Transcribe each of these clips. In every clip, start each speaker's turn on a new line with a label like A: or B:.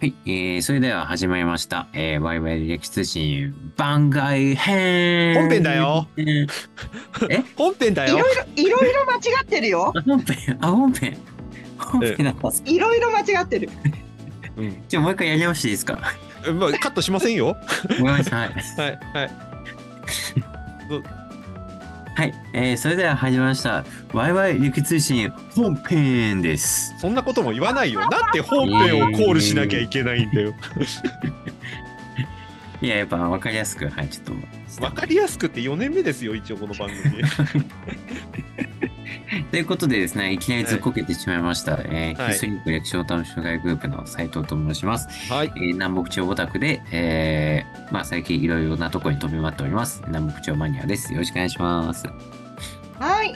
A: はい、えー、それでは始まりました。えー、ワイワイ履歴通信番外編
B: 本編だよ
A: えー
B: 本編だ
C: いろ
B: よ
C: いろ、いろいろ間違ってるよ。
A: あ、本編、 あ、本編。本編なんですか
C: いろいろ間違ってる。
B: うん
A: じゃあもう一回やり直していいですか
B: まあカットしませんよ
A: ごめんなさい。
B: はいはい
A: はい、えー、それでは始まりました。ワイワイ履歴通信本編です。
B: そんなことも言わないよなんで本編をコールしなきゃいけないんだよ
A: いや、やっぱ分かりやすく、はい、ちょっと。
B: わかりやすくて4年目ですよ一応この番 組
A: ということでですね、いきなりずっこけてしまいました。えー、
B: はい
A: キスリンク略称タウン障害グループの斉藤と申します。
B: はい
A: えー南北朝オタクで、えーまあ、最近いろいろなとこに飛び回っております。南北朝マニアです。よろしくお願いします。
C: はい。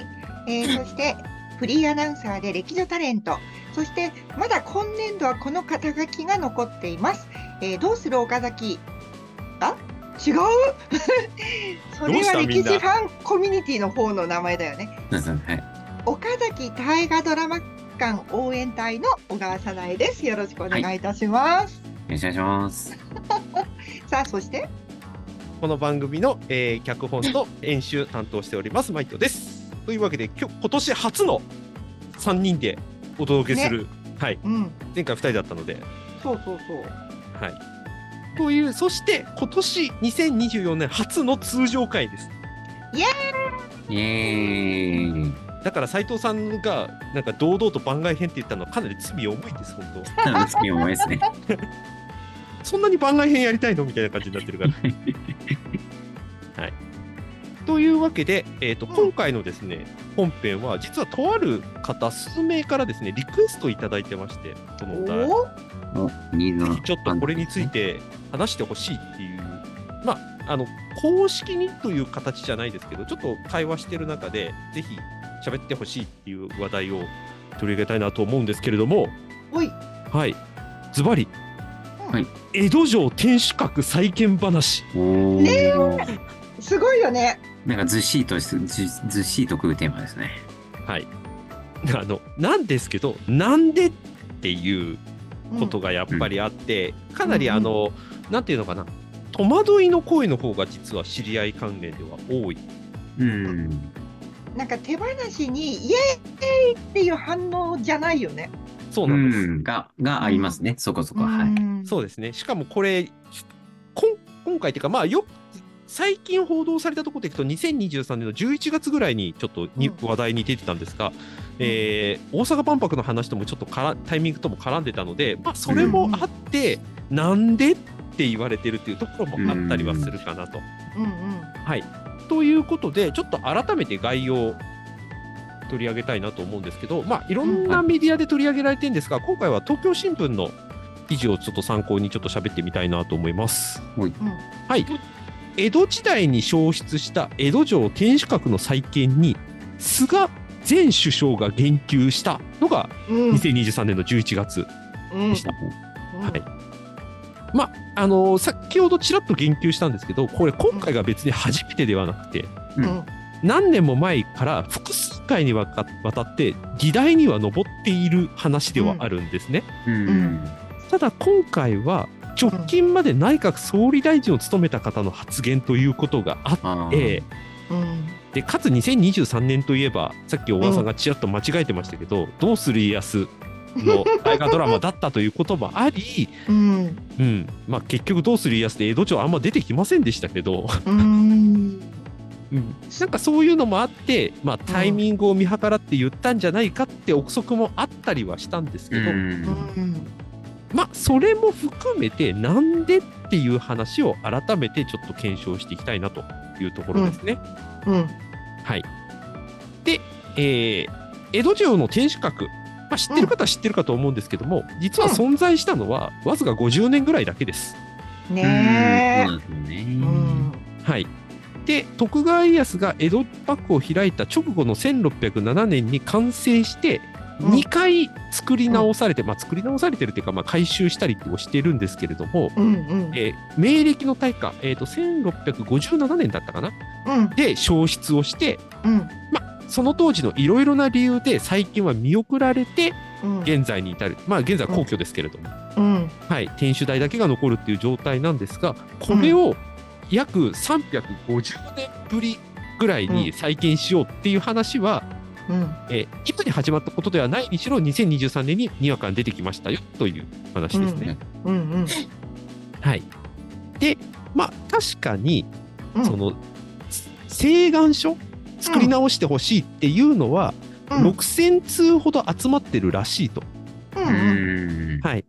C: えー、そして、フリーアナウンサーで歴女タレント。そして、まだ今年度はこの肩書きが残っています。えー、どうする岡崎あ違う それは
B: どうしたみ
C: 歴
B: んな
C: 史ファンコミュニティの方の名前だよね。
A: なさんはい。
C: 岡崎大河ドラマ館応援隊の小川さなえです。よろしくお願いいたします。
A: よろしくお願いします。
C: さあ、そして、
B: この番組の、えー脚本と演習担当しておりますマイトですというわけで今日今年初の3人でお届けする、はい
C: うん、
B: 前回2人だったので
C: そうそうそう。
B: はいというそして今年2024年初の通常回です
A: イエーイ。
B: だから斉藤さんがなんか堂々と番外編って言ったのはかなり罪重いです本当
A: ただの好き思いです ね。
B: そんなに番外編やりたいのみたいな感じになってるから。はい、というわけで、えーと
C: うん
B: 今回のですね本編は実はとある方数名からですねリクエストいただいてましてこのお題
C: お
A: お、ニーズの。
B: ちょっとこれについ。て話してほしいっていうまああの公式にという形じゃないですけどちょっと会話してる中でぜひ喋ってほしいっていう話題を取り上げたいなと思うんですけれども
C: おい。
B: はいズバリ
A: はい
B: 江戸城天守閣再建話
A: おー
C: すごいよね。
A: なんかずっしりとし、ずずっしりとくるテーマですね。
B: はい。あの、なんですけど、なんでっていう
C: うん
B: ことがやっぱりあって、かなり
C: うん
B: あの、なんていうのかな、戸惑いの声の方が実は知り合い関連では多い。
A: うん。
C: なんか手放しにイエーイっていう反応じゃないよね。
B: そう
A: う
B: なんです。
A: ん。が、がありますね。そこそこ。はい。
B: そうですね。しかもこれ、こん今回っていうか、まあ、よ最近報道されたところでいくと、2023年の11月ぐらいにちょっとに、
C: うん
B: 話題に出てたんですが、えー大阪万博の話ともちょっとからタイミングとも絡んでたので、まあ、それもあって、なんでって言われてるっていうところもあったりはするかなと。
C: うんうん。
B: はい、ということで、ちょっと改めて概要を取り上げたいなと思うんですけど、まあ、いろんなメディアで取り上げられてるんですが、今回は東京新聞の記事をちょっと参考にちょっと喋ってみたいなと思います。
A: はい
B: はい、江戸時代に消失した江戸城天守閣の再建に菅前首相が言及したのが
C: うん。
B: 2023年の11月
C: うん
B: でした。はいまああのー先ほどちらっと言及したんですけどこれ今回が別に初めてではなくて
A: うん
C: うん
B: 何年も前から複数回にわかわたって議題には上っている話ではあるんですね、
A: うん。
B: ただ今回は直近まで内閣総理大臣を務めた方の発言ということがあっ
A: あ
B: て
A: ー、
C: うん。
B: でかつ2023年といえばさっき小川さんがちらっと間違えてましたけど「どうする家康」の大河ドラマだったということもあり、
C: うん。
B: うんまあ、結局「どうする家康」で江戸城あんま出てきませんでしたけど
C: うん。
B: うんなんかそういうのもあって、まあ、タイミングを見計らって言ったんじゃないかって憶測もあったりはしたんですけど、
A: うん。
B: まあそれも含めてなんでっていう話を改めてちょっと検証していきたいなというところですね。
C: うん。
B: はい、で、えー江戸城の天守閣、まあ、知ってる方は知ってるかと思うんですけども、実は存在したのはわずか50年ぐらいだけです。
C: ね
A: うんそうなんですよね。
C: え。うん。
B: はい、で徳川家康が江戸幕府を開いた直後の1607年に完成して
C: うん
B: 2回作り直されて、まあ、作り直されてるというか、まあ、改修したりをしてるんですけれども、
C: うんうん。
B: えー明暦の大火、えー、と1657年だったかな
C: うん
B: で消失をして
C: うん
B: その当時のいろいろな理由で最近は見送られて
C: うん。
B: 現在に至るまあ現在は皇居ですけれども、
C: うん。
B: はい、天守台だけが残るっていう状態なんですが、これを約350年ぶりぐらいに再建しようっていう話は、
C: うん。
B: えー今に始まったことではないにしろ、2023年ににわかに出てきましたよという話ですね。
C: うん。うん。
B: はい、で、まあ、確かに、
C: うん
B: その、請願書作り直してほしいっていうのは、
C: うん。
B: 6000通ほど集まってるらしいと。
C: うん
A: う
C: うん。
A: ーん。
B: はい、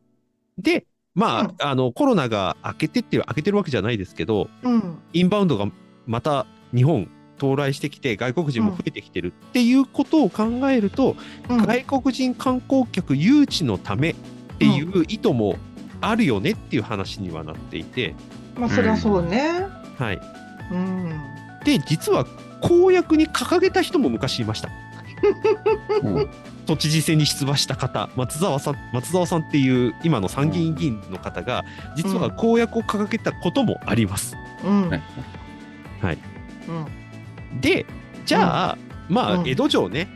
B: で、まあ、
C: うん
B: あのコロナが明けてっていう、明けてるわけじゃないですけど、
C: うん。
B: インバウンドがまた日本到来してきて外国人も増えてきてるっていうことを考えると、
C: うん。
B: 外国人観光客誘致のためっていう意図もあるよねっていう話にはなっていて、
C: まあ、そりゃそうね。
B: はい、
C: うん。
B: で実は公約に掲げた人も昔いました
A: うん
B: 都知事選に出馬した方松沢さん松沢さんっていう今の参議院議員の方が実は公約を掲げたこともあります。
C: うん。
A: はい
C: うん。
B: でじゃあ、まあ
C: うん
B: 江戸城ね、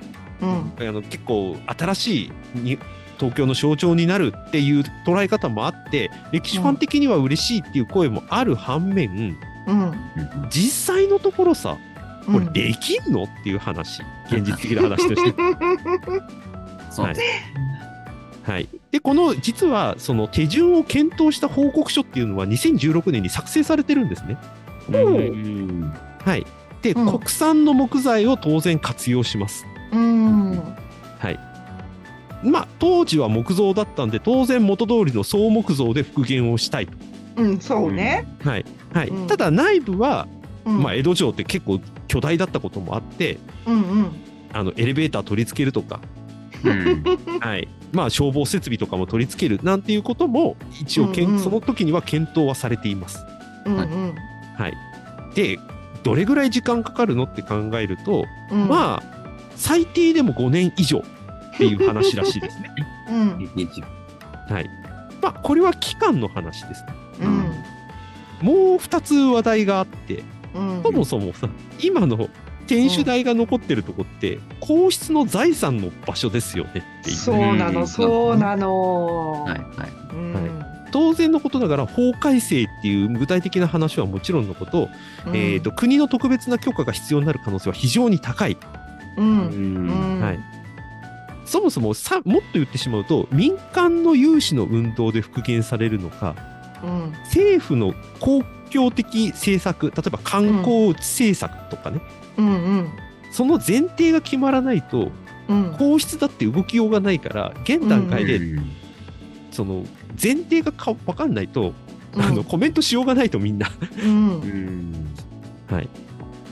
C: うん。
B: あの結構新しいに東京の象徴になるっていう捉え方もあって歴史ファン的には嬉しいっていう声もある反面、
C: うん。
A: うん
B: 実際のところさ
C: う
B: こ
C: ん。
B: れできんのっていう話現実的な話と して。
A: そうです。
B: はい、でこの実はその手順を検討した報告書っていうのは2016年に作成されてるんですね。
A: う
C: うん
A: ん。
B: はい、で、
C: うん
B: 国産の木材を当然活用します。
C: うん。
B: はいまあ、当時は木造だったんで当然元通りの総木造で復元をしたいと
C: うん。そうね。
B: はいはい
C: うん
B: ただ内部は、
C: うん。
B: まあ、江戸城って結構巨大だったこともあって
C: うん。うん。
B: あのエレベーター取り付けるとか、
A: うん。
B: はいまあ、消防設備とかも取り付けるなんていうことも一応けん、
C: うんうん
B: その時には検討はされています。
C: うん。うん。
B: はい、でどれぐらい時間かかるのって考えると、
C: うん。
B: まあ最低でも5年以上っていう話らしいです ね。
C: あ。うん。
A: 日
B: はいまあ、これは期間の話です、ね、
C: うん。
B: もう2つ話題があって
C: うん
B: そ。もそもさ、今の天守台が残ってるとこって、皇室の財産の場所ですよねっていう
C: そうな
A: う
C: の。
A: ん
C: そうなの。
A: はい。はい。
C: うん。
B: 当然のことながら法改正っていう具体的な話はもちろんのこと,、
C: うん
B: えー、と。国の特別な許可が必要になる可能性は非常に高い、
C: う。
A: うん。
C: うんん。
B: はい。そもそもさもっと言ってしまうと民間の有志の運動で復元されるのか
C: うん。
B: 政府の公共的政策例えば観光政策とかね、
C: うん。うん。
B: その前提が決まらないと
C: うん。
B: 皇室だって動きようがないから現段階で
A: うん
B: その前提がか分かんないと、
C: うん
B: あのコメントしようがないとみんな
C: うん
A: う。ん。
B: はい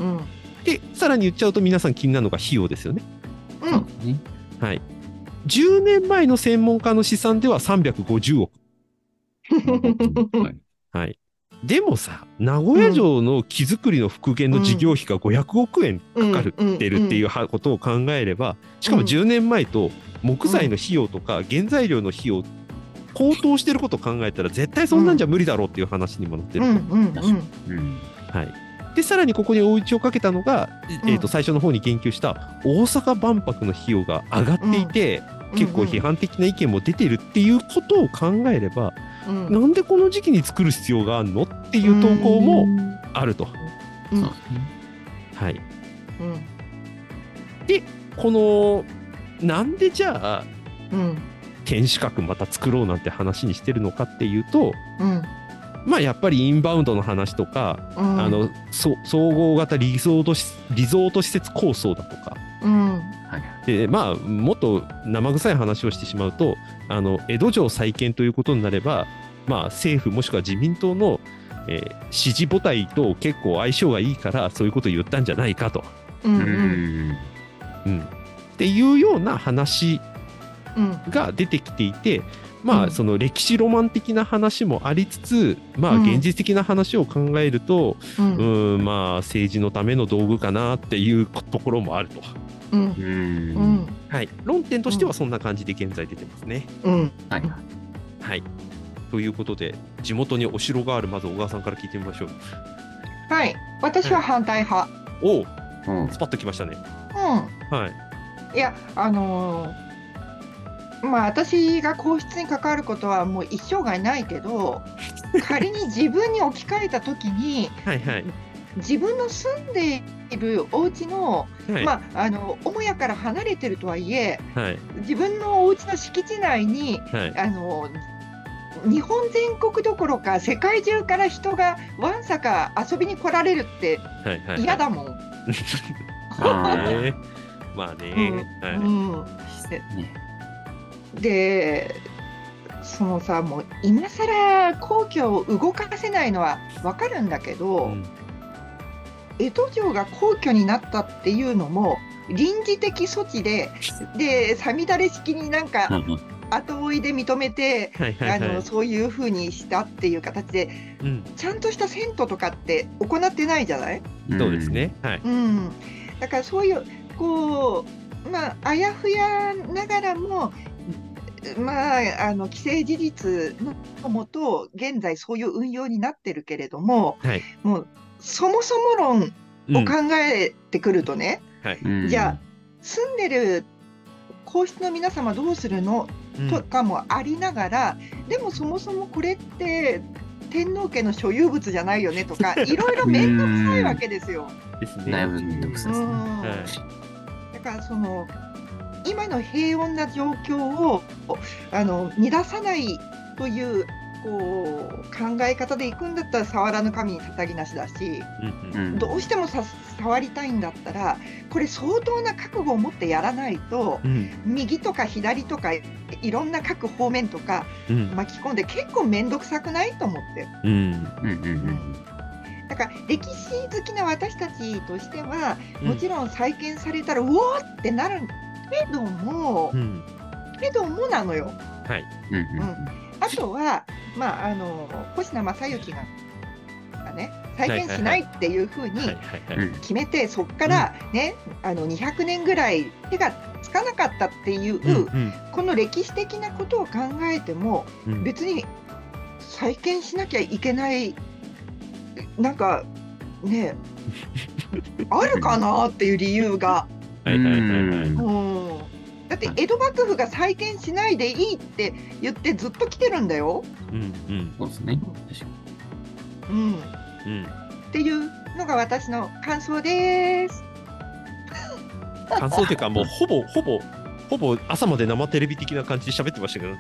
C: うん。
B: でさらに言っちゃうと皆さん気になるのが費用ですよね
C: う
A: そ
C: ん
A: う。ですね。
B: 10年前の専門家の試算では350億
A: はい
B: はいでもさ名古屋城の木造りの復元の事業費が500億円かかるってるっていうはことを考えればしかも
C: うん
B: 10年前と木材の費用とか原材料の費用高騰してることを考えたら絶対そんなんじゃ無理だろうっていう話にもなって
C: う
B: る
C: んうんうん
A: うん。
B: はい、でさらにここに追い打ちをかけたのが、えー、と最初の方に言及した大阪万博の費用が上がっていて、結構批判的な意見も出てるっていうことを考えれば、
C: うん
B: なんでこの時期に作る必要があるのっていう投稿もあると。
C: うん
A: そうですね。
B: はい、
C: うん
B: このなんでじゃあ
C: うん
B: 天守閣また作ろうなんて話にしてるのかっていうと、
C: うん
B: まあ、やっぱりインバウンドの話とか、
C: うん
B: あのそ総合型リゾートしリゾート施設構想だとか、
C: うん
A: はい。
B: でまあもっと生臭い話をしてしまうとあの江戸城再建ということになれば、まあ、政府もしくは自民党の、えー支持母体と結構相性がいいからそういうことを言ったんじゃないかと、
C: うん
A: う
C: うん
A: ん。
B: うん、っていうような話
C: うん
B: が出てきていて。ま
C: う
B: あ、
C: ん
B: その歴史ロマン的な話もありつつ、まあ、
C: うん
B: 現実的な話を考えると、
C: う
B: うんーん、まあ、政治のための道具かなっていうところもあると。
C: うん
A: う。
C: うんん
B: はい。論点としてはそんな感じで現在出てますね。
C: うん
A: はい。
B: はい。ということで、地元にお城がある、まず小川さんから聞いてみましょう。
C: はい私は反対派
B: おお、
A: うん
B: スパッときましたね。
C: う
B: はい。
C: んいやあのーまあ私が皇室に関わることはもう一生涯ないけ ど仮に自分に置き換えた時に
B: はいはい。
C: 自分の住んでいるお家の、
B: はい。
C: まああの母屋から離れてるとはいえ
B: はい。
C: 自分のお家の敷地内に
B: はい。
C: あの日本全国どころか世界中から人がわんさか遊びに来られるって
B: はい。はい。
C: 嫌だもん。
A: あー
B: ね。まあね。は
C: う
B: い。
C: ん、
A: ね
C: でそのさもう今更皇居を動かせないのはわかるんだけど、
B: うん
C: 江戸城が皇居になったっていうのも臨時的措置ででさみだれ式になん
A: な
C: か
A: るほど
C: 後追いで認めて。
B: はい。は
C: あ
B: い。は
C: の
B: い。
C: そういうふうにしたっていう形で
B: うん。
C: ちゃんとした銭湯とかって行ってないじゃない、
B: そうです。ね。はい。
C: うん、だからそういうこうまああやふやながらもまああの既成事実のもと現在そういう運用になってるけれども、
B: はい
C: もうそもそも論
B: う
C: を
B: ん。
C: 考えてくるとね、
A: うん
C: じゃ住んでる皇室の皆様どうするの
B: うん
C: とかもありながら、でもそもそもこれって天皇家の所有物じゃないよねと かいろいろ面倒くさいわけですよ。
B: ですね。
A: だいぶ面倒くさいですね
C: うん
B: はい
C: だからその今の平穏な状況をあの乱さないというこう考え方でいくんだったら触らぬ神に叩きなしだし
B: うん
A: う
B: うん
A: ん
C: どうしてもさ触りたいんだったらこれ相当な覚悟を持ってやらないと
B: うん
C: 右とか左とかいろんな各方面とか
B: うん
C: 巻き込んで結構面倒くさくないと思って
B: うん
A: うんうんうん
C: だから歴史好きな私たちとしては
B: うん
C: もちろん再建されたらうおーってなるけども
B: うん
C: けどもなのよ
A: うんうん
C: うんあとはまああの星名正幸ががね再建しないっていうふう
B: はいは
C: に
B: い
A: うん
B: は
A: う
B: い
A: ん
C: 決めてそこからねあの200年ぐらい手がつかなかったっていううんこの歴史的なことを考えても
B: うん
C: 別に再建しなきゃいけないなんか ねあるかなっていう理由が、
B: はいはいはいは
A: う
B: い
A: ん
C: うん、だって江戸幕府が再建しないでいいって言ってずっと来てるんだよ、
B: うんうん
A: そうですね。
C: うん、っ
B: うん
C: ていうのが私の感想です。
B: 感想というかもうほぼほぼほぼ朝まで生テレビ的な感じで喋ってましたけ ど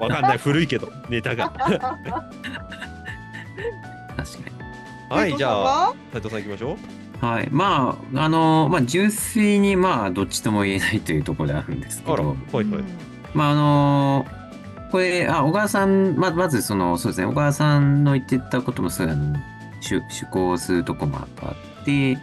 B: わかんない古いけどネタ が
A: 確かに。
B: はいじゃあ
C: あ
B: 斉藤さん行きましょう
A: はい、まあ、あの、まあ、純粋に、まあ、どっちとも言えないというところであるんですけ
B: あら
A: ど。
B: はいはい
A: まあ、あの、これ、あ、小川さん、まあ、まず、その、そうですね、小川さんの言ってたことも、そう、あの。しゅ、趣向するとこもあって、やっ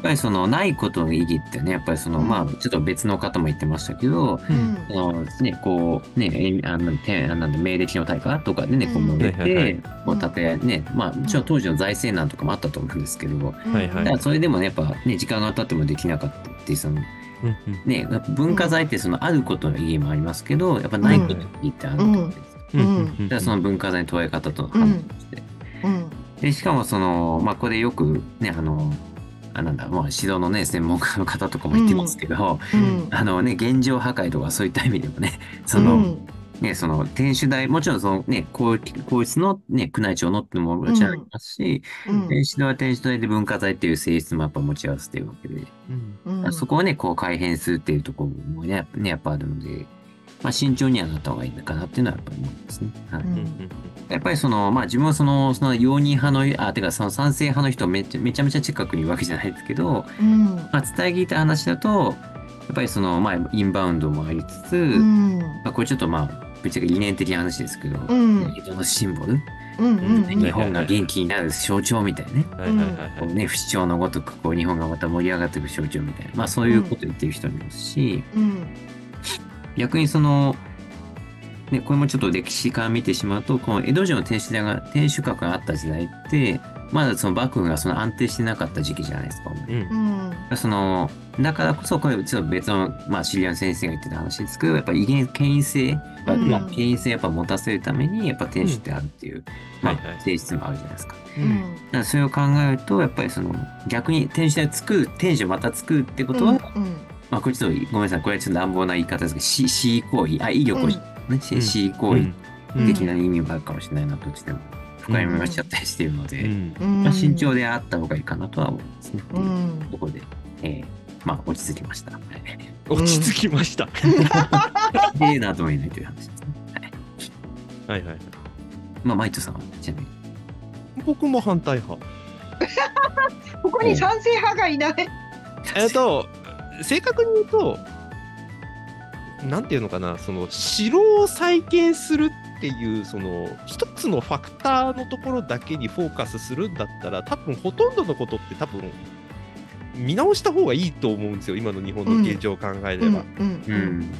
A: ぱり、その、ないことの意義ってね、やっぱり、その、まあ、ちょっと別の方も言ってましたけど。あのね、こう、ね、えあの、てあなんだ明暦の大火とかでね、こう
C: うん
A: 述べ
B: はいはい
A: て、こう建て、ね、まあ、もちろん当時の財政難とかもあったと思うんですけど、
B: はいはい
A: だからそれでもね、やっぱね、時間が経ってもできなかったっていう、その、
B: うんうん
A: ね、やっぱ文化財ってそのあることの意義もありますけど、やっぱないことの意義ってあると思うんですよ。
B: うんうん
A: だからその文化財の捉え方との
C: うん
A: 反応して。
C: うん
A: で、しかもその、まあ、これよくね、あの、あなんだ、まあ、指導のね、専門家の方とかも言ってますけど、
C: うん
A: あのね、現状破壊とかそういった意味でもね、その、ね、その天守台、もちろんそのね、皇皇室のね、宮内庁のってのももちろんありますし、
C: うん
A: 天守台は天守台で文化財っていう性質もやっぱ持ち合わせてるわけで、
B: うん
C: うん
A: そこをね、こう改変するっていうところもね、やっぱねやっぱあるので、まあ慎重にはなった方がいいのかなっていうのはやっぱり思いますね。はい
C: うん
B: うんうん
A: やっぱりその、まあ自分はその、その容認派の、あ、てかその賛成派の人をめっちゃめちゃめちゃ近くにいるわけじゃないですけど、
C: うん
A: まあ伝え聞いた話だと、やっぱりその、まあインバウンドもありつつ、
C: うん
A: まあこれちょっとまあ、ぶっちゃけ理念的な話ですけど、
C: うん
A: 江戸のシンボル、
C: うんうん
B: ん
A: 日本が元気になる象徴みたいなね、
B: はいはいはい
A: こ
B: は
A: う
B: い
A: ね、不死鳥のごとくこう日本がまた盛り上がっていく象徴みたいな、まあそういうこと言ってる人もいますし、
C: うん
A: 逆にその、ね、これもちょっと歴史から見てしまうと、この江戸城の天守台が、天守閣があった時代って、まだその幕府がその安定してなかった時期じゃないですか。
B: うん
C: うん
A: その、だからこそ、これ、ちょっと別の、まあ、知り合いの先生が言ってた話ですけど、やっぱり、威厳権威性、まあ
C: うん
A: まあ権威性やっぱ持たせるために、やっぱ天守ってあるっていう、ま
B: はいは
A: あ、
B: い
A: 性質もあるじゃないですか。
C: う
B: うん
C: ん
A: だからそれを考えるとやっぱりその逆に天守台作る天守また作るってことは、
C: うん
A: まあ、これちょっとごめんなさい、これはちょっと乱暴な言い方ですけど、し、し行為、あ、威力を、ね、し、し行為
B: うん
A: 的な意味もあるかもしれないな、どっちでも。深読みはしちゃったりしているの
B: う
A: で、
B: ん
C: うん
A: まあ、慎重であった方がいいかなとは思いますね。
C: う
A: というんところで、えーまあ、落ち着きました。はい
B: 落ち着きま した。
A: ええなとも言えないという話ですね。はい。
B: はいはい。
A: まあ、マイトさんは、ちなみに。
B: 僕も反対派。
C: ここに賛成派がいない。
B: えっと、正確に言うと、なんていうのかな、その城を再建するっていう、その一つのファクターのところだけにフォーカスするんだったら、多分ほとんどのことって、多分見直した方がいいと思うんですよ、今の日本の現状を考えれば。
C: うん
A: う。ん。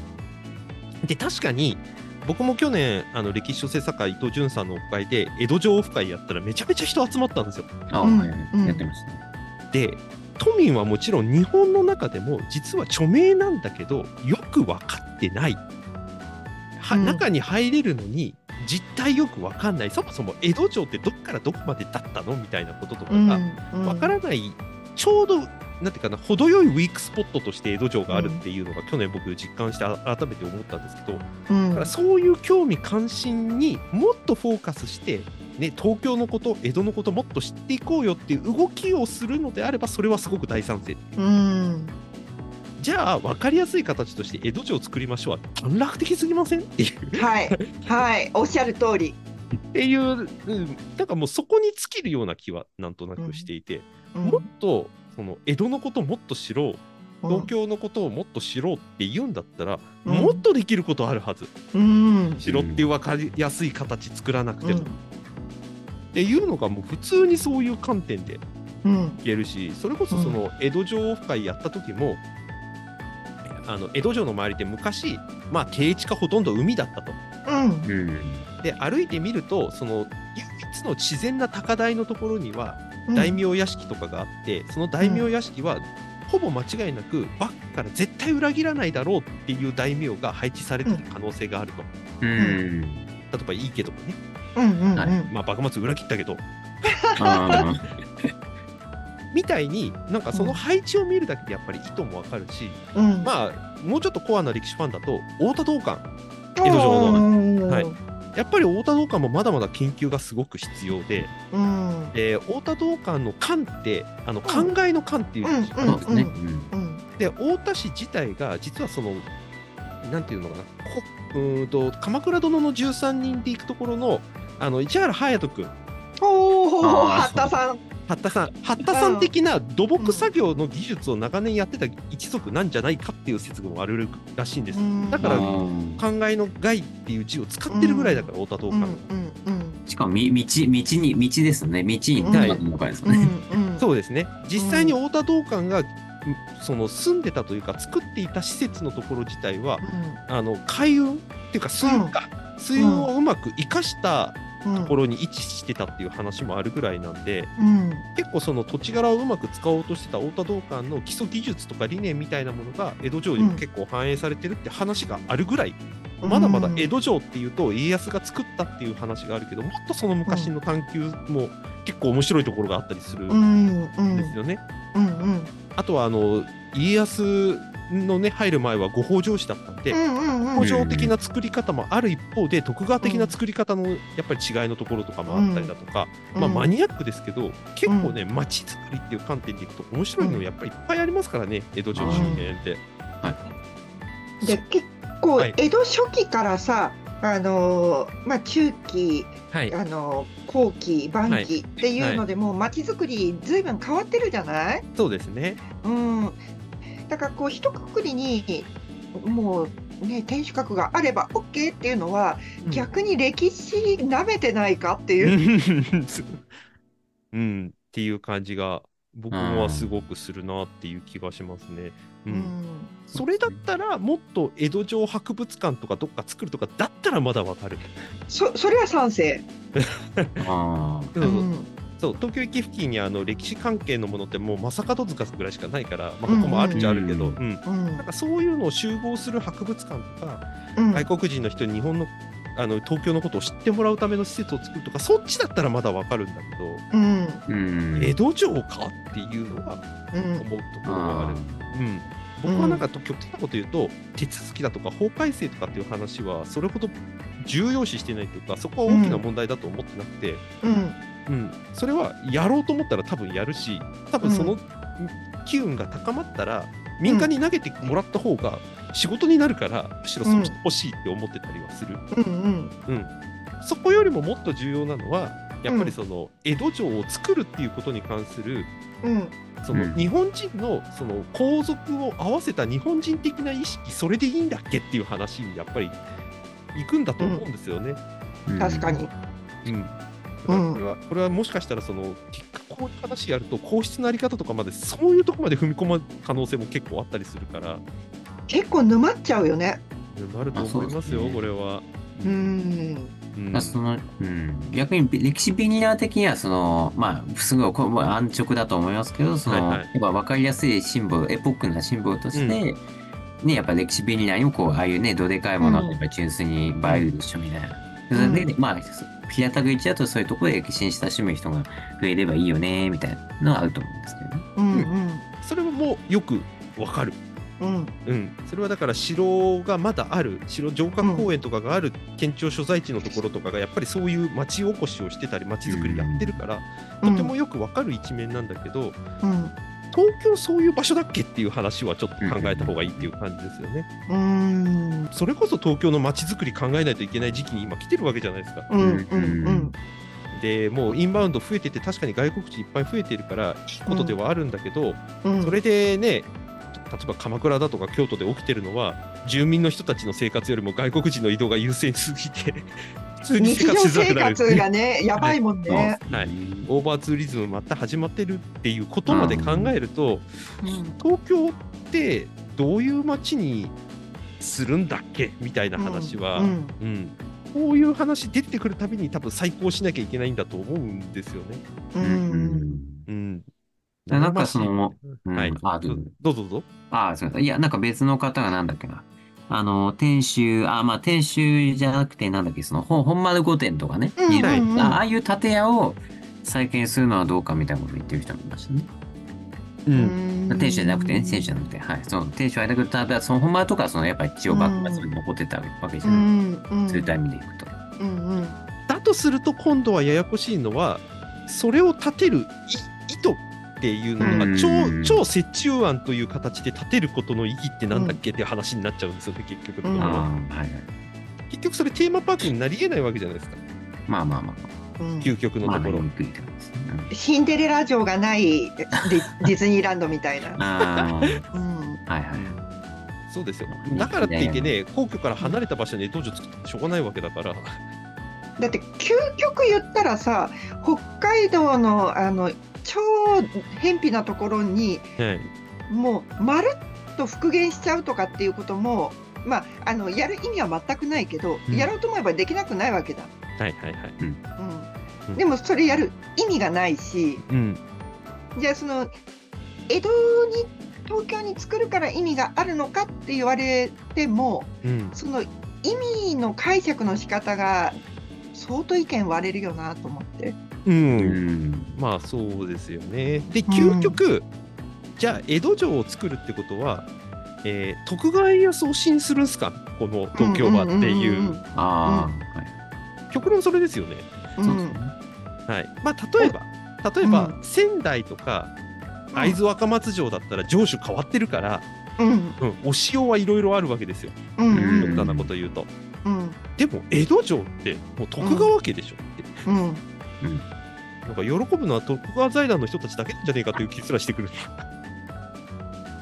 B: で、確かに、僕も去年、あの歴史書制作家、伊藤潤さんのオフ会で、江戸城オフ会やったら、めちゃめちゃ人集まったんですよ。
A: あ、
C: うん
A: はいはい、
C: うん
A: やってましたね。
B: で都民はもちろん日本の中でも実は著名なんだけどよく分かってないは、
C: うん
B: 中に入れるのに実態よく分かんないそもそも江戸城ってどっからどこまでだったのみたいなこととか
C: うん
B: が分からないちょうどなんていうかな程よいウィークスポットとして江戸城があるっていうのが去年僕実感してあ改めて思ったんですけど
C: うん
B: だからそういう興味関心にもっとフォーカスして、ね、東京のこと江戸のこともっと知っていこうよっていう動きをするのであればそれはすごく大賛成
C: うん
B: じゃあ分かりやすい形として江戸城を作りましょうは短絡的すぎませんっていう
C: はいはいおっしゃる通り。
B: っていう、うん、なんかもうそこに尽きるような気はなんとなくしていて、
C: うん
B: もっとその江戸のこともっと知ろう東京のことをもっと知ろうって言うんだったら、
C: うん
B: もっとできることあるはず
C: うん
B: 知ろっていう分かりやすい形作らなく
C: う
B: ても。
C: ん
B: っていうのがもう普通にそういう観点で
C: うん
B: 言えるしそれこそその江戸城オフ会やった時も、あの江戸城の周りって昔、まあ、定地がほとんど海だったと。
C: うん
A: うん。
B: で歩いてみるとその唯一の自然な高台のところには
C: うん
B: 大名屋敷とかがあって、その大名屋敷はほぼ間違いなくバックから絶対裏切らないだろうっていう大名が配置されてた可能性があると。
A: うん。
B: 例えばいいけどもね、
C: うんうんうん
A: は
B: まあ、幕末裏切ったけど
A: あ
B: みたいになんかその配置を見るだけでやっぱり意図もわかるし、
C: うん
B: まあもうちょっとコアな歴史ファンだと太田道館
C: うん
B: 江戸城
C: うん
B: はいやっぱり太田道館もまだまだ研究がすごく必要で、
C: うん
B: えー太田道館の館ってあの灌漑の館っていう字
A: あ、
C: うん
A: そうですね。
C: ううん
B: で太田市自体が実はそのなんていうのかなこうーんと鎌倉殿の13人で行くところのあの市原隼人君
C: おお
A: あー
C: 八田さん
B: 八田さん八田さん的な土木作業の技術を長年やってた一族なんじゃないかっていう説があるらしいんです。
C: うん
B: だ
A: う
B: か
A: ん。
B: ら
A: うん
B: 考えの害っていう字を使ってるぐらいだから、太田道
C: うん
B: 館、
C: うんうん
A: しかも、み、道、道に、道ですね。道に行ったらのかです
C: う
A: ね。
C: んうん
B: そうですね実際に太田道館が、その住んでたというか作っていた施設のところ自体はあの海運っていうか水運か、水運をうまく生かした
C: うんうん
B: ところに位置してたっていう話もあるぐらいなんで、
C: うん
B: 結構その土地柄をうまく使おうとしてた太田道館の基礎技術とか理念みたいなものが江戸城にも結構反映されてるって話があるぐらい、まだまだ江戸城っていうと家康が作ったっていう話があるけどもっとその昔の探求も結構面白いところがあったりする
C: うんんうん
B: ですよね。
C: うんうん
B: あとはあの家康のね入る前は五北条氏だったんで、
C: うんうん
B: 工場的な作り方もある一方で徳川的な作り方のやっぱり違いのところとかもあったりだとか、まあ、マニアックですけど結構ね街づくりっていう観点でいくと面白いのやっぱりいっぱいありますからね江戸城周辺って。
C: で結構
B: はい
C: 江戸初期からさ、あのーまあ、中期、
B: はい
C: あのー後期晩期っていうので、もう街づくりずいぶん変わってるじゃない、
B: そうですね。
C: うん、だからこう一括りにもうね天守閣があれば OK っていうのは、逆に歴史なめてないかっていう。
B: うんうんっていう感じが僕はすごくするなっていう気がしますね。うん
C: うん
B: それだったらもっと江戸城博物館とかどっか作るとかだったらまだわかる。
C: そそれは賛成、
A: ああ。
C: うん
B: そう東京駅付近にあの歴史関係のものってもう正門塚ぐらいしかないから、まあ、ここもあるっちゃあるけど、
A: うん
B: うん
C: うん
B: なんかそういうのを集合する博物館とか、
C: うん
B: 外国人の人に日本のあの東京のことを知ってもらうための施設を作るとかそっちだったらまだわかるんだけ
C: うん
A: うん。
B: ど江戸城かっていうのは
C: うん
B: 思うところがあ
A: あ
B: る。うん僕はなんかと極端なこと言うと、手続きだとか法改正とかっていう話はそれほど重要視してないというかそこは大きな問題だと思ってなくて、
C: うん
B: うん、それはやろうと思ったら多分やるし多分その機運が高まったら民間に投げてもらった方が仕事になるからむしろそうしてほしいって思ってたりはする、
C: うんうん
B: そこよりももっと重要なのはやっぱ
C: うん
B: りその江戸城を作るっていうことに関する
C: うん
B: その
A: うん
B: 日本人のその皇族を合わせた日本人的な意識それでいいんだっけっていう話にやっぱり行くんだと思うんですよね。
C: 確かに。
B: うん
C: うん
B: これはこれはもしかしたらその結果こういう話やると皇室のあり方とかまでそういうとこまで踏み込む可能性も結構あったりするから
C: 結構沼っちゃうよね
B: なると思いますよ、
A: あそうですね
B: これは。
C: うん
B: うん
A: まあそのうん、逆に歴史ビニア的にはその、まあ、すごいこれも安直だと思いますけどその、
B: はいはい
A: やっぱ分かりやすいシンボルエポックなシンボルとして、ね、やっぱ歴史ビニアにもこうああいうねどでかいもの
C: うん
A: をやっぱ純粋にバイルドしみたいな。
C: うん
A: それでまあそ平たく言っちゃうとそういうところで歴史に親しむ人が増えればいいよねみたいなのはあると思うんですけどね。
C: うん
B: それはもうよくわかる、
C: うんうん
B: うん、それはだから城がまだある城城郭公園とかがある県庁所在地のところとかがやっぱりそういう町おこしをしてたり町づくりやってるから、とてもよくわかる一面なんだけど、
C: うん
B: 東京そういう場所だっけっていう話はちょっと考えた方がいいっていう感じですよね。
C: うん
B: それこそ東京の街づくり考えないといけない時期に今来てるわけじゃないですか。
C: うんうんうん
B: でもうインバウンド増えてて確かに外国人いっぱい増えてるからいいことではあるんだけど、
C: うん
B: それでね例えば鎌倉だとか京都で起きてるのは住民の人たちの生活よりも外国人の移動が優先すぎて 普通に生
C: 日常
B: 活しづら
C: 生
B: くなる
C: 活がねやばいもんね
B: はいオーバーツーリズムまた始まってるっていうことまで考えると、東京ってどういう街にするんだっけみたいな話は、
C: うん
B: うん、こういう話出てくるたびに多分再考しなきゃいけないんだと思うんですよね。
C: う
A: うんんうん
C: う
A: ん
B: うん、
A: なんかその
B: 悩ま
A: う
B: しい、
A: ん
B: は
A: あ
B: い、
A: どうぞ
B: どうぞどうぞ。
A: ああ、すみません。いや、なんか別の方がなんだっけな。あの、天守、あ、まあ、天守じゃなくて、なんだっけ、その、ほ本丸御殿とかね、
C: うん
A: に
B: はい
A: あああいう建屋を再建するのはどうかみたいなこと言ってる人もいましたね。
B: う
C: うんん
A: 天守じゃなくてね、天守じゃなくて、はい。その天守はだけど、ただ、その本丸とかは、その、やっぱり一応幕末に残ってたわけじ
C: う
A: ゃない。
C: んうん
A: そういうタイミングでいくと。
C: うんうん
B: だとすると今度はややこしいのはそれを立てるい意図っていうのが、
A: うん
B: 超超折衷案という形で立てることの意義ってなんだっけっていう話になっちゃうんですよね結局のところ
A: ああ、
B: は、
A: はいはい。
B: 結局それテーマパークになりえないわけじゃないですか
A: まあまあま
C: うん
B: 究極
A: あ、
B: の
A: まあ、
B: とこ
A: な
B: ろ。
A: りにくいってことですね。うん
C: シンデレラ城がな いディディズニーランドみたいな。
A: あ
C: うん
A: あ、はいはい。
B: そうですよだからっていってね皇居から離れた場所に江戸城作ってもしょうがないわけだから。
C: だって究極言ったらさ北海道のあの超偏僻なところに
B: はい
C: もうまるっと復元しちゃうとかっていうことも、まあ、あのやる意味は全くないけど、
B: うん
C: やろうと思えばできなくないわけだ、
B: はいはいはい。
C: うん
B: うん
C: でもそれやる意味がないし
B: うん。
C: じゃあその江戸に東京に作るから意味があるのかって言われても
B: うん。
C: その意味の解釈の仕方が相当意見割れるよなと思って。
B: うん。
A: ん。
B: まあそうですよね。で、究極、じゃあ江戸城を作るってことは、えー徳川家康を信するんすかこの東京はってい
C: んんん
B: う。
A: あ
B: 極論それですよね。
C: う
A: あ、はい。そうんです
C: うん
A: ね。
B: はい。まあ例えば、例えば
C: う
B: 仙台とか会津若松城だったら城主変わってるから、
C: うん
B: うん、お塩はいろいろあるわけですよ。
C: うんうん
B: 極端なこと言うと。
C: うん
B: でも江戸城ってもう徳川家でしょって。
C: うん
B: なんか喜ぶのは徳川財団の人たちだけじゃねえかという気すらしてくる。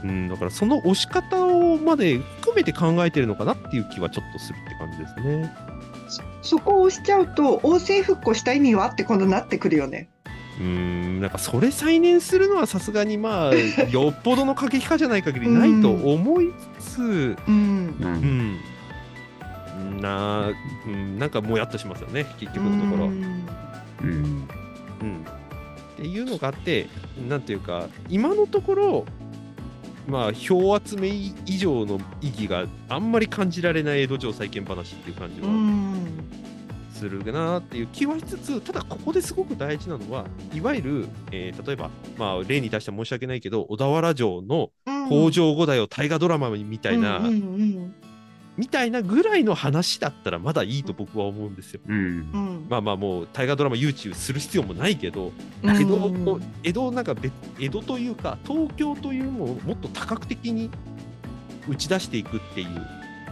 B: うん、だからその押し方をまで含めて考えてるのかなっていう気はちょっとするって感じですね。
C: そそこを押しちゃうと王政復古した意味はって今度なってくるよね。
B: うん、なんかそれ再燃するのはさすがにまあよっぽどの過激化じゃない限りないと思いつつ、
C: う
A: う。
B: う
C: ん
B: んん、なうんなんかもやっとしますよね結局のところ。
A: うん。
B: うん、っていうのがあってなんていうか今のところまあ票集め以上の意義があんまり感じられない江戸城再建話っていう感じ
C: う
B: は
C: ん
B: するなっていう気はしつつただここですごく大事なのはいわゆる、えー例えば、まあ、例に出して申し訳ないけど小田原城の
C: うん
B: 北条五代を大河ドラマみたいな、
C: うんうん
B: みたいなぐらいの話だったらまだいいと僕は思うんですよ。
A: うん
C: う。ん
B: まあまあもう大河ドラマ誘致する必要もないけど、
C: うん
B: 江戸を江戸をなんか別江戸というか東京というのをもっと多角的に打ち出していくっていう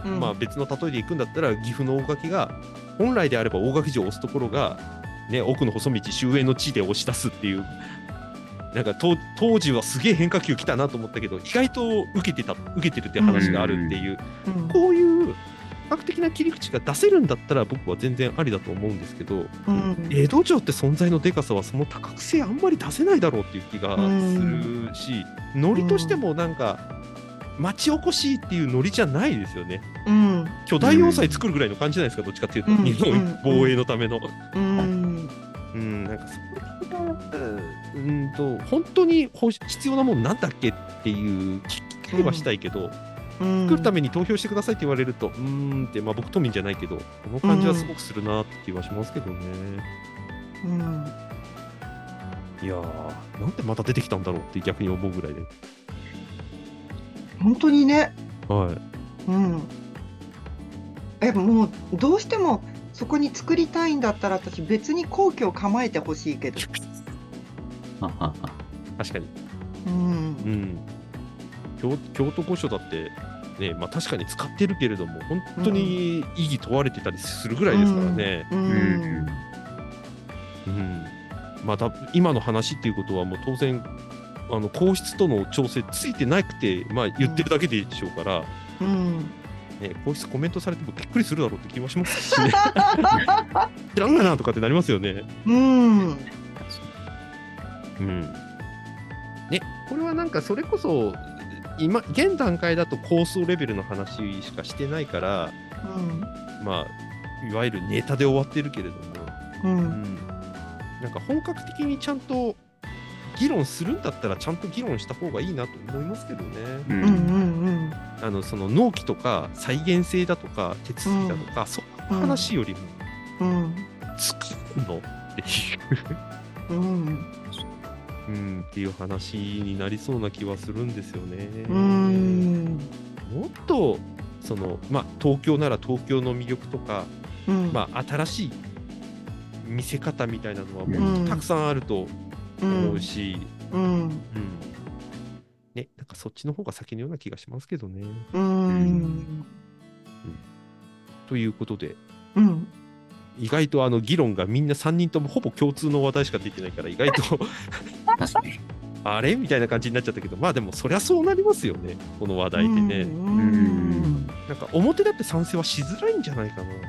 C: うん
B: まあ、別の例えでいくんだったら岐阜の大垣が本来であれば大垣城を押すところが、ね、奥の細道終焉の地で押し出すっていうなんか当当時はすげえ変化球来たなと思ったけど意外と受けてた受けてるって話があるっていう、
C: うん
B: こういう多角的な切り口が出せるんだったら僕は全然ありだと思うんですけど、
C: うん
B: 江戸城って存在のでかさはその多角性あんまり出せないだろうっていう気がするし、ノリとしてもなんか町おこしっていうノリじゃないですよね。
C: うん
B: 巨大要塞作るぐらいの感じじゃないですか、どっちかっていうと、
C: うん
B: 日本防衛のための。
C: うん
B: うん、なんかそこが、うんと、本当にほし必要なもんなんだっけっていう聞き取りはしたいけど、
C: うん
B: 作るために投票してくださいって言われると、うーんって、まあ僕都民じゃないけど、この感じはすごくするなって気はしますけどね。
C: うん
B: いやー、なんでまた出てきたんだろうって逆に思うぐらいで。
C: 本当にね
B: はい。
C: うんえもうどうしてもそこに作りたいんだったら私別に皇居を構えてほしいけど
A: ははは
B: 確かに。
C: うん
B: うん、京京都御所だって、ねまあ、確かに使ってるけれども本当に意義問われてたりするぐらいですからね、
C: う
A: うんん。
B: うんまあ、だ今の話っていうことはもう当然あの皇室との調整ついてなくて、まあ、言ってるだけでしょうから、
C: うん
B: ね、皇室コメントされてもびっくりするだろうって気もしますしね知らんがなとかってなりますよね。
C: うん
B: うん、ねこれはなんかそれこそ今現段階だと構想レベルの話しかしてないからまあ、いわゆるネタで終わってるけれども、
C: う
B: うんん、なんか本格的にちゃんと議論するんだったらちゃんと議論した方がいいなと思いますけどね。
A: うん
C: うんうん
B: あのその納期とか再現性だとか手続きだとか、そういう話よりも
C: うん
B: 作るのっていう、
C: うん
B: うん、っていう話になりそうな気はするんですよね。
C: うん
B: もっとその、まあ、東京なら東京の魅力とか
C: うん
B: まあ、新しい見せ方みたいなのは
A: うん
B: もうたくさんあると思うし、
C: うん
B: うんね、なんかそっちの方が先のような気がしますけどね。
C: うん
B: ということで
C: うん
B: 意外とあの議論がみんな3人ともほぼ共通の話題しか出てないから意外と
A: 確かに。
B: あれみたいな感じになっちゃったけどまあでもそりゃそうなりますよねこの話題でね、
C: うん
A: うん
B: なんか表だって賛成はしづらいんじゃないかななんと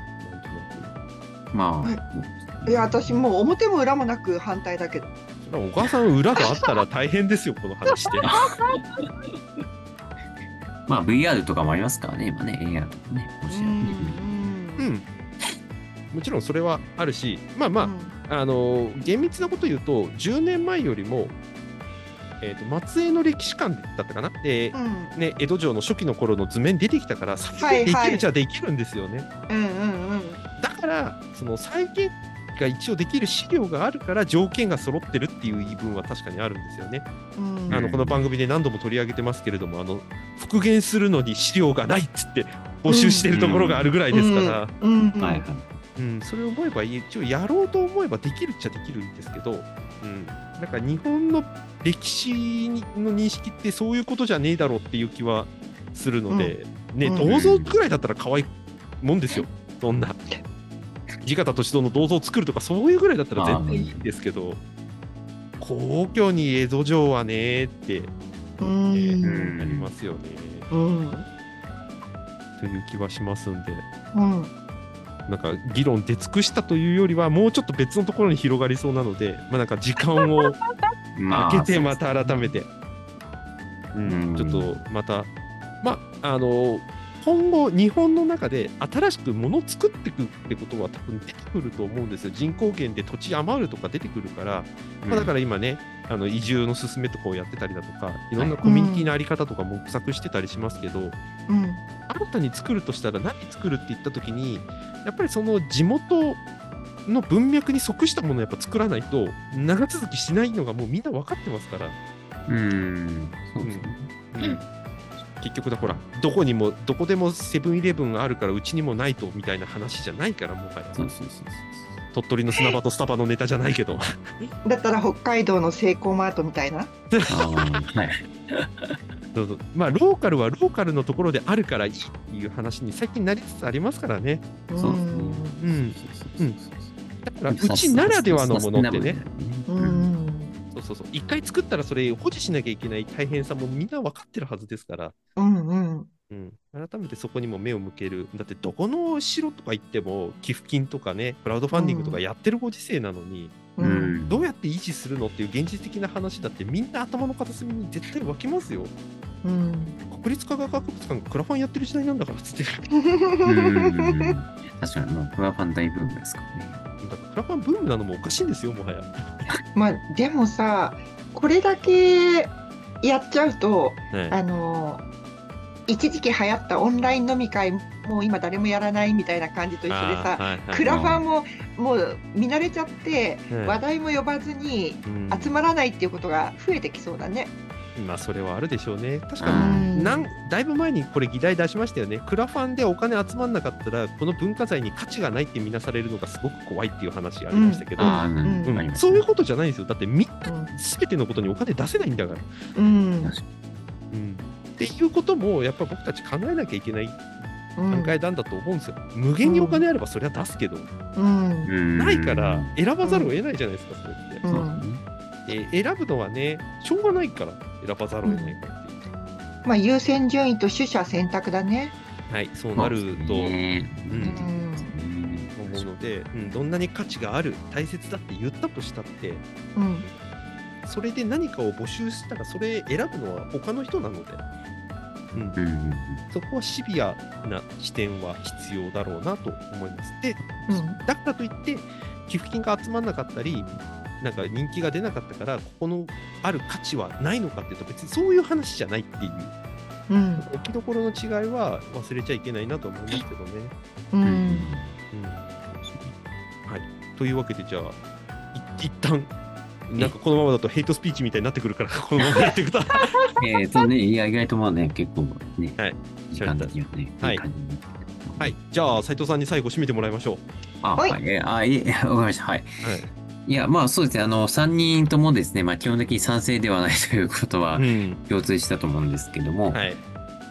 B: な
A: ま
C: はい
A: あ。
C: いや私もう表も裏もなく反対だけど
B: くそれはお母さん裏があったら大変ですよこの話で。
A: まあ VR とかもありますからね、今ね、AR とかね。もしや
B: うんん、もちろんそれはあるし、まあまあ、あのー厳密なこと言うと、10年前よりも、えー、と松江の歴史館だったかな、で
C: うんうん
B: ね、江戸城の初期の頃の図面出てきたから、再
C: はい
B: 現できるじゃできるんですよね。
C: うんうんうん
B: だから、その再現が一応できる資料があるから、条件が揃ってるっていう言い分は確かにあるんですよね。
C: うん
B: あのこの番組で何度も取り上げてますけれども、あの復元するのに資料がないっつって募集してるところがあるぐらいですから。
C: うんうん
A: はいはい。
B: うん、それを思えば一応やろうと思えばできるっちゃできるんですけど、うん、なんか日本の歴史の認識ってそういうことじゃねえだろうっていう気はするので、ね、
C: うん
B: 銅像くらいだったら可愛いもんですよそんな地方歳三の銅像を作るとかそういうぐらいだったら全然いいんですけど皇居に江戸城はねーって、ね
C: うん
A: ん
B: なりますよね
C: うん
B: という気はしますんで。
C: うん
B: なんか議論出尽くしたというよりはもうちょっと別のところに広がりそうなので、まあ、なんか時間を
A: まあ
B: 空けてまた改めて、うん
A: うん
B: ちょっとまたまああの今後日本の中で新しく物を作っていくってことは多分出てくると思うんですよ人口減で土地余るとか出てくるから、まあだから今ねあの移住の進めとかをやってたりだとかいろんなコミュニティの在り方とか模索してたりしますけど、
C: うん
B: 新たに作るとしたら何作るって言った時にやっぱりその地元の文脈に即したものをやっぱ作らないと長続きしないのがもうみんな分かってますから、
A: うん。そうですね。
B: ううん結局だほらどこにもどこでもセブンイレブンがあるからうちにもないとみたいな話じゃないからもはや
A: そうそうそうそう
B: 鳥取の砂場とスタバのネタじゃない けど
C: だったら北海道のセイコーマートみたいな。
A: そう。あーはい。
B: どうぞまあローカルはローカルのところであるからいいっていう話に最近なりつつありますからね
A: そうですね
C: ん
B: うん
A: そうそう
B: だからう
A: そう
B: ちならではのものってね。
A: う
C: うんん
B: そうそうそう一回作ったらそれ保持しなきゃいけない大変さもみんな分かってるはずですから
C: うんうん
B: うん、改めてそこにも目を向けるだってどこの城とか行っても寄付金とかねクラウドファンディングとかやってるご時世なのに、
C: う
A: うんん。
B: どうやって維持するのっていう現実的な話だってみんな頭の片隅に絶対湧きますよ
C: うん
B: 国立科学博物館がクラファンやってる時代なんだからっつってだ
A: うん。確かに、もうクラファン大ブームですからね。
B: ってクラファンブームなのもおかしいんですよもはや、
C: まあでもさこれだけやっちゃうと
B: ね
C: あの一時期流行ったオンライン飲み会もう今誰もやらないみたいな感じと一緒でさ
B: あーはい
C: クラファンももう見慣れちゃって
B: はい
C: 話題も呼ばずに
B: うん
C: 集まらないっていうことが増えてきそうだね。
B: まあそれはあるでしょうね確か
A: う
B: に
A: ん
B: なんだいぶ前にこれ議題出しましたよねクラファンでお金集まんなかったらこの文化財に価値がないってみなされるのがすごく怖いっていう話がありましたけど、
A: ああ、う
C: うん
A: ん。ありました
B: そう
A: ね
B: いうことじゃないんですよだってみんな全てのことにお金出せないんだから、
C: うんう
B: う
C: ん
B: んっていうこともやっぱ僕たち考えなきゃいけない段階なんだと思うんですよ、無限にお金あればそりゃ出すけど、
C: うん
A: うん
B: ないから選ばざるを得ないじゃないですかそれって
A: そ
C: うん
A: うだね。
B: で選ぶのはねしょうがないから選ばざるを得ないからっていう、
C: まあ優先順位と取捨選択だね。
B: はいそうなると
A: そうですね
B: う
C: うんん
B: 思うので、うん、どんなに価値がある大切だって言ったとしたって
C: うん
B: それで何かを募集したらそれ選ぶのは他の人なので、うん
A: う、んうん
B: そこはシビアな視点は必要だろうなと思います。で
C: うん
B: だからといって寄付金が集まらなかったりなんか人気が出なかったからここのある価値はないのかっていうと別にそういう話じゃないっていう
C: うん
B: 置きどころの違いは忘れちゃいけないなと思いますけどね。
C: う
A: うんん
B: うんというわけでじゃあい一旦なんかこのままだとヘイトスピーチみたいになってくる からこのままやっていくとは
A: えっとね、いや、意外とまあね、結構ね
B: はい、
A: 時間的にはね、
B: はい
A: い感じになってる
B: いじゃあ斉藤さんに最後締めてもらいましょ
A: あ、
C: は
A: はいい、えあ、いえ、わかりました。はい。
B: う。はい
A: いや、まあそうですね、あの、3人ともですね、まあ基本的に賛成ではないということは
B: うん
A: 共通したと思うんですけども、
B: はい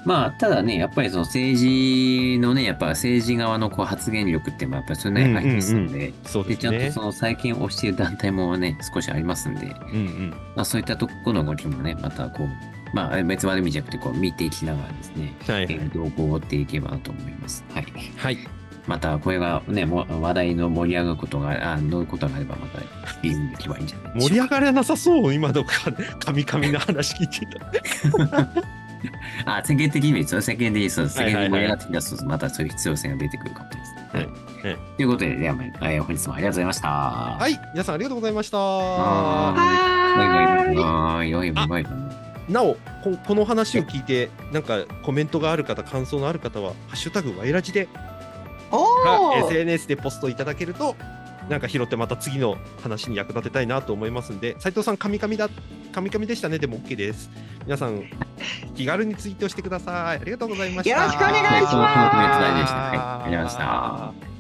A: まあただね、やっぱりその政治のね、やっぱ政治側のこう発言力って、まあやっぱりそれなりにありますので、
B: そう
A: で
B: で
A: ち
B: す
A: ゃんと
B: ね
A: そ。の最近推している団体もね、少しありますんで、
B: うんうん
A: まあ、そういったところの動きもね、またこう、まあ、別まで見じゃなくて、こう、見ていきながらですね、
B: は
A: え
B: い
A: ー動向を追っていけばなと思います。はい。
B: はい
A: また、これがね、も話題の盛り上がることが、あ乗ることがあれば、また、リズムできればいいんじゃないでしょう
B: 盛り
A: か。
B: 上がらなさそう今のかカミカミな話聞いてた。
A: あ、世間的に見ると、世間的にそう、世
B: はい
A: 間
B: は
A: で
B: いはい
A: 盛り上がってきたらそうまたそういう必要性が出てくるかもしれないですね。
B: はい
A: ということで、では、えー本日もありがとうございました。。
B: はいい皆さんありがとうございました。
A: はーバイ
C: は
A: バ
C: ー
A: イ
C: い。
A: バイバイバイバイバイ。
B: なおここの話を聞いてなんかコメントがある方感想のある方は「ハッシュタグワイラジで」
C: お
B: か
C: お。
B: SNS でポストいただけるとなんか拾ってまた次の話に役立てたいなと思いますんで斉藤さんカミカミだカミカミでしたねでも OK です皆さん気軽にツイートしてくださいありがとうございました
C: よろしくお願いしま
A: そ
C: す
A: うそうそうありがとうございましたはいありがとうございました